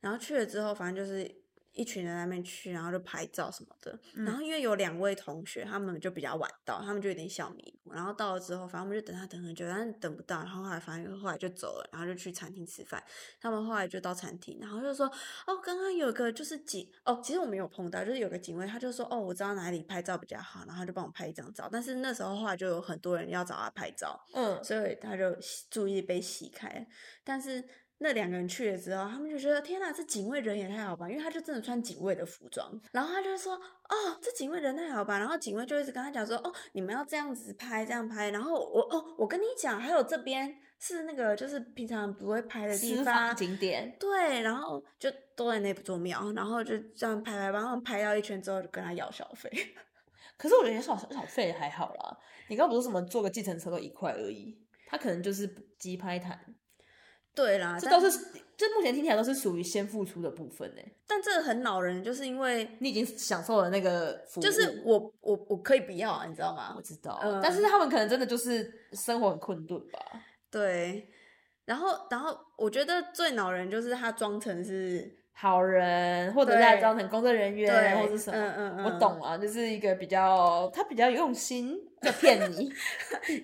Speaker 1: 然后去了之后，反正就是一群人在那边去，然后就拍照什么的。然后因为有两位同学，他们就比较晚到，他们就有点小迷糊。然后到了之后，反正我们就等他等很久，但是等不到。然后后来反正后来就走了，然后就去餐厅吃饭。他们后来就到餐厅，然后就说：“哦，刚刚有个就是警哦，其实我没有碰到，就是有个警卫，他就说：哦，我知道哪里拍照比较好，然后他就帮我拍一张照。但是那时候后来就有很多人要找他拍照。”
Speaker 2: 嗯，
Speaker 1: 所以他就吸注意力被洗开。但是那两个人去了之后，他们就觉得天哪，这警卫人也太好吧，因为他就真的穿警卫的服装。然后他就说：“哦，这警卫人太好吧。”然后警卫就一直跟他讲说：“哦，你们要这样子拍，这样拍。”然后我哦，我跟你讲，还有这边是那个就是平常不会拍的地
Speaker 2: 私
Speaker 1: 方
Speaker 2: 房。景点，
Speaker 1: 对，然后就都在那座庙，然后就这样拍拍，然后拍到一圈之后就跟他要小费。
Speaker 2: 可是我觉得小小费还好啦。你刚刚不是什么坐个计程车都一块而已，他可能就是鸡拍谈，
Speaker 1: 对啦，
Speaker 2: 这
Speaker 1: 啊但
Speaker 2: 都是这目前听起来都是属于先付出的部分呢、
Speaker 1: 但这个很恼人，就是因为
Speaker 2: 你已经享受了那个服务，
Speaker 1: 就是我我我可以不要啊，你知道吗
Speaker 2: 我？知道，
Speaker 1: 嗯
Speaker 2: 但是他们可能真的就是生活很困顿吧。
Speaker 1: 对，然后然后我觉得最恼人就是他装成是，
Speaker 2: 好人，或者是
Speaker 1: 对
Speaker 2: 他装成工作人员，或者是什么，
Speaker 1: 嗯嗯嗯，
Speaker 2: 我。懂啊，就是一个比较他比较用心在 骗你，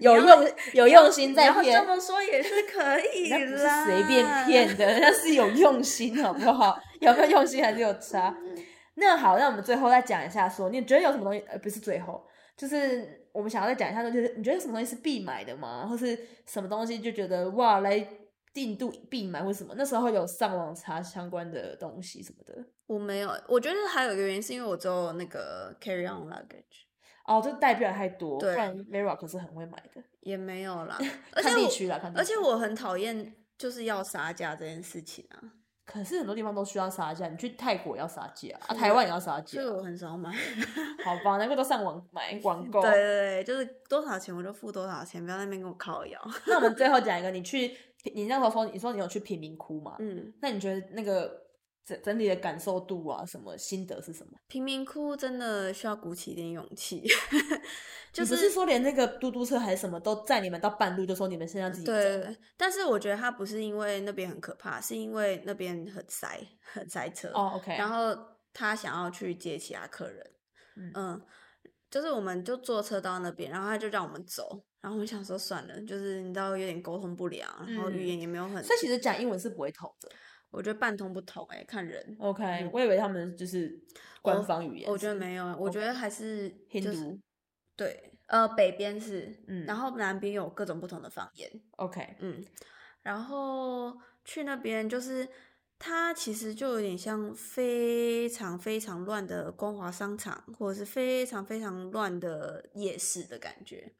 Speaker 2: 有
Speaker 1: 要
Speaker 2: 用有用心在
Speaker 1: 然后这
Speaker 2: 骗，
Speaker 1: 么说也是 可以
Speaker 2: 人家不是
Speaker 1: 啦，
Speaker 2: 随便。骗的，人家是有用心，好不好？ 有没有用心还是有差。
Speaker 1: 嗯
Speaker 2: 那好，那我们最后再讲一下说你觉得有什么东西？呃，不是最后，就是我们想要再讲一下，就是你觉得什么东西是必买的吗？或是什么东西就觉得哇，来印度必买或什么？那时候有上网查相关的东西什么的。
Speaker 1: 我没有，我觉得还有一个原因是因为我只有那个 carry on luggage
Speaker 2: 哦，这代表太多，不
Speaker 1: 对
Speaker 2: 然 Vera 可是很会买的，
Speaker 1: 也没有 啦，而且
Speaker 2: 看地
Speaker 1: 我
Speaker 2: 区啦，看地
Speaker 1: 而
Speaker 2: 区
Speaker 1: 且我很讨厌就是要杀价这件事情啊，
Speaker 2: 可是很多地方都需要杀价，你去泰国也要杀价啊，台湾也要杀价
Speaker 1: 所以，我很少买。
Speaker 2: 好吧，难怪都上网买网购。
Speaker 1: 对对对，就是多少钱我就付多少钱，不要在那边跟我靠腰。
Speaker 2: 那我们最后讲一个，你去，你那时候说，你说你有去贫民窟嘛？
Speaker 1: 嗯，
Speaker 2: 那你觉得那个整整体的感受度啊，什么心得是什么？
Speaker 1: 贫民窟真的需要鼓起一点勇气，就
Speaker 2: 你不
Speaker 1: 是
Speaker 2: 是说连那个嘟嘟车还是什么都载你们到半路就说你们现在自己走，
Speaker 1: 对，但是我觉得它不是因为那边很可怕，是因为那边很塞，很塞车。
Speaker 2: 哦，OK，
Speaker 1: 然后他想要去接其他客人，
Speaker 2: 嗯
Speaker 1: 嗯就是我们就坐车到那边，然后他就让我们走，然后我们想说算了，就是你知道有点沟通不良，然后语
Speaker 2: 嗯
Speaker 1: 言也没有很，
Speaker 2: 所以其实讲英文是不会投的。
Speaker 1: 我觉得半通不通哎、看人，
Speaker 2: OK，、
Speaker 1: 嗯
Speaker 2: 我以为他们就是官方语言
Speaker 1: 哦我觉得
Speaker 2: 是
Speaker 1: 没有，我觉得还是
Speaker 2: 印
Speaker 1: 就
Speaker 2: 度、
Speaker 1: 是对，呃，北边是，
Speaker 2: 嗯
Speaker 1: 然后南边有各种不同的方言，
Speaker 2: OK，
Speaker 1: 嗯，然后去那边就是它其实就有点像非常非常乱的光华商场，或者是非常非常乱的夜市的感觉，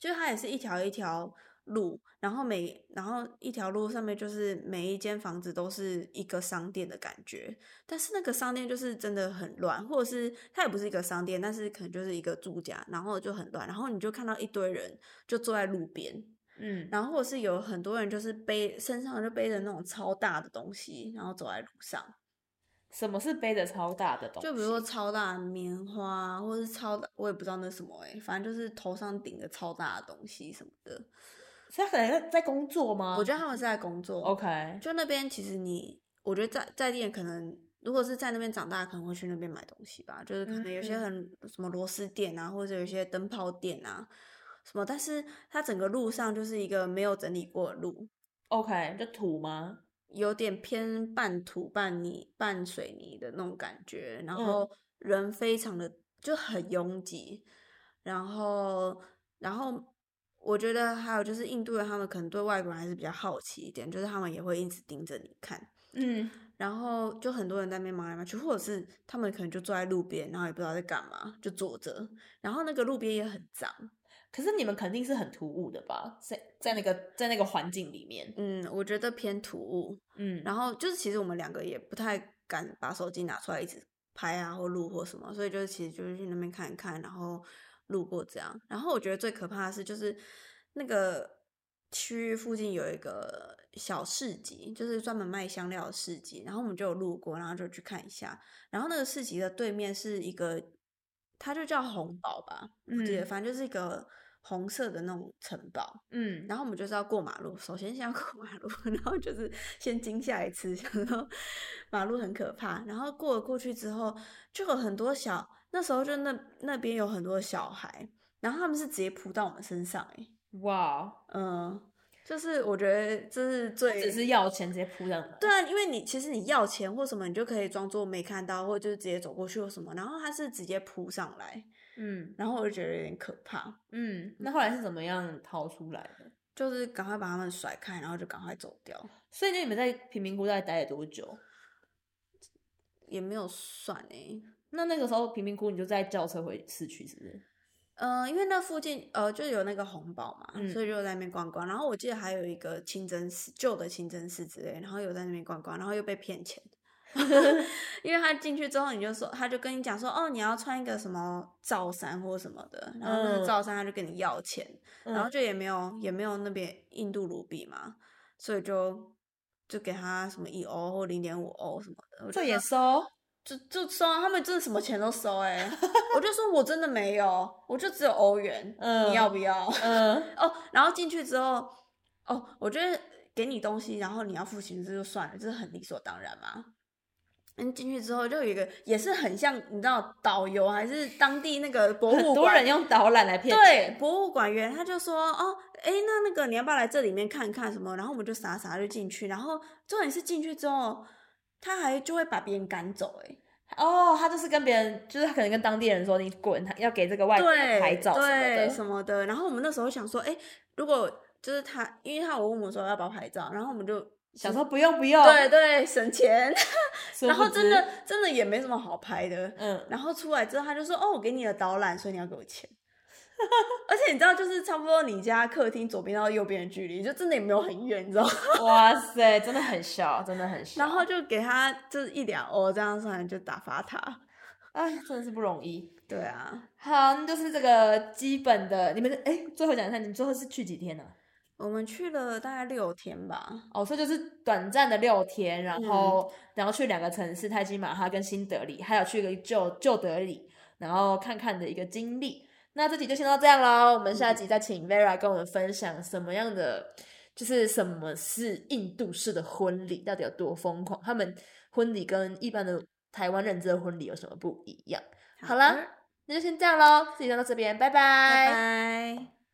Speaker 1: 就是它也是一条一条路，然后每然后一条路上面就是每一间房子都是一个商店的感觉，但是那个商店就是真的很乱，或者是它也不是一个商店，但是可能就是一个住家，然后就很乱，然后你就看到一堆人就坐在路边。
Speaker 2: 嗯，
Speaker 1: 然后或者是有很多人就是背身上就背着那种超大的东西，然后走在路上，
Speaker 2: 什么是背着超大的东西？
Speaker 1: 就比如说超大的棉花，或是超大，我也不知道那什么哎、反正就是头上顶着超大的东西什么的。
Speaker 2: 所以他可能在在工作吗？
Speaker 1: 我觉得他们是在工作
Speaker 2: OK，
Speaker 1: 就那边其实你，我觉得在在地人可能。如果是在那边长大，可能会去那边买东西吧，就是可能有些
Speaker 2: 嗯
Speaker 1: 很什么螺丝店啊，或者有一些灯泡店啊，什么。但是它整个路上就是一个没有整理过的路，
Speaker 2: OK，就土吗？
Speaker 1: 有点偏半土半泥半水泥的那种感觉，然
Speaker 2: 嗯
Speaker 1: 后人非常的就很拥挤，然后然后我觉得还有就是印度人他们可能对外国人还是比较好奇一点，就是他们也会一直盯着你看，
Speaker 2: 嗯，
Speaker 1: 然后就很多人在那边忙来忙去，或者是他们可能就坐在路边，然后也不知道在干嘛，就坐着，然后那个路边也很脏，
Speaker 2: 可是你们肯定是很突兀的吧？在在那个在那个环境里面，
Speaker 1: 嗯，我觉得偏突兀，
Speaker 2: 嗯，
Speaker 1: 然后就是其实我们两个也不太敢把手机拿出来一直拍啊或录或什么，所以就是其实就是去那边看一看，然后路过这样。然后我觉得最可怕的是就是那个区域附近有一个小市集，就是专门卖香料的市集，然后我们就有路过，然后就去看一下。然后那个市集的对面是一个，它就叫红堡吧，我记得，
Speaker 2: 嗯
Speaker 1: 反正就是一个红色的那种城堡。
Speaker 2: 嗯，
Speaker 1: 然后我们就是要过马路，首先先要过马路，然后就是先惊吓一次，想说马路很可怕。然后过了过去之后，就有很多小，那时候就那那边有很多小孩，然后他们是直接扑到我们身上、欸，
Speaker 2: 哇，
Speaker 1: 嗯，就是我觉得这是最
Speaker 2: 只是要钱直接扑上来，
Speaker 1: 对啊，因为你其实你要钱或什么，你就可以装作没看到，或者就是直接走过去或什么，然后他是直接扑上来，
Speaker 2: 嗯
Speaker 1: 然后我就觉得有点可怕，
Speaker 2: 嗯，那后来是怎么样逃出来的？
Speaker 1: 就是赶快把他们甩开，然后就赶快走掉。
Speaker 2: 所以你们在贫民窟大概待了多久？
Speaker 1: 也没有算哎、
Speaker 2: 那那个时候贫民窟你就在轿车回市区，是不是？
Speaker 1: 呃，因为那附近呃就有那个红堡嘛，
Speaker 2: 嗯
Speaker 1: 所以就在那边逛逛。然后我记得还有一个清真寺，旧的清真寺之类，然后有在那边逛逛，然后又被骗钱， 因为他进去之后，你就说他就跟你讲说，哦，你要穿一个什么罩衫或什么的，然后那
Speaker 2: 嗯
Speaker 1: 个罩衫他就跟你要钱，然后
Speaker 2: 嗯
Speaker 1: 就也没有也没有那边印度卢比嘛，所以就就给他什么一欧或零点五欧什么的，我就
Speaker 2: 这也哦
Speaker 1: 说就
Speaker 2: 收，
Speaker 1: 就收、啊，他们真的什么钱都收哎、我就说我真的没有，我就只有欧元，
Speaker 2: 嗯
Speaker 1: 你要不要？
Speaker 2: 嗯
Speaker 1: 哦，然后进去之后，哦，我觉得给你东西，然后你要付钱，这就算了，这是很理所当然嘛。嗯，进去之后就有一个也是很像你知道导游还是当地那个博物馆，
Speaker 2: 很多人用导览来骗
Speaker 1: 对
Speaker 2: 钱，
Speaker 1: 博物馆员他就说哦，哎，那那个你要不要来这里面看看什么？然后我们就傻傻就进去，然后重点是进去之后，他还就会把别人赶走哎、
Speaker 2: 哦，他就是跟别人，就是他可能跟当地人说你滚，他要给这个外国人
Speaker 1: 对
Speaker 2: 拍照什么
Speaker 1: 对
Speaker 2: 的，
Speaker 1: 什么的。然后我们那时候想说，哎，如果就是他，因为他有问我说要不要拍照，然后我们就
Speaker 2: 想说不用不用，
Speaker 1: 对对省钱，
Speaker 2: 殊不知，
Speaker 1: 然后真的真的也没什么好拍的。
Speaker 2: 嗯，
Speaker 1: 然后出来之后，他就说：“哦，我给你的导览，所以你要给我钱。”而且你知道，就是差不多你家客厅左边到右边的距离，就真的也没有很远，你知道吗？
Speaker 2: 哇塞，真的很小，真的很小，
Speaker 1: 然后就给他就是一两欧这样算，就打发他。
Speaker 2: 哎，真的是不容易。
Speaker 1: 对啊，
Speaker 2: 好，那就是这个基本的，你们哎，最后讲一下，你们最后是去几天呢、
Speaker 1: 我们去了大概六天吧，
Speaker 2: 哦，所以就是短暂的六天，然后、然后去两个城市，泰姬玛哈跟新德里，还有去一个旧旧德里，然后看看的一个经历。那这集就先到这样喽，我们下集再请 Vera 跟我们分享什么样的，就是什么是印度式的婚礼，到底有多疯狂？他们婚礼跟一般的台湾认知的婚礼有什么不一样？好啦
Speaker 1: 的，
Speaker 2: 那就先这样喽，这集就到这边，拜
Speaker 1: 拜拜。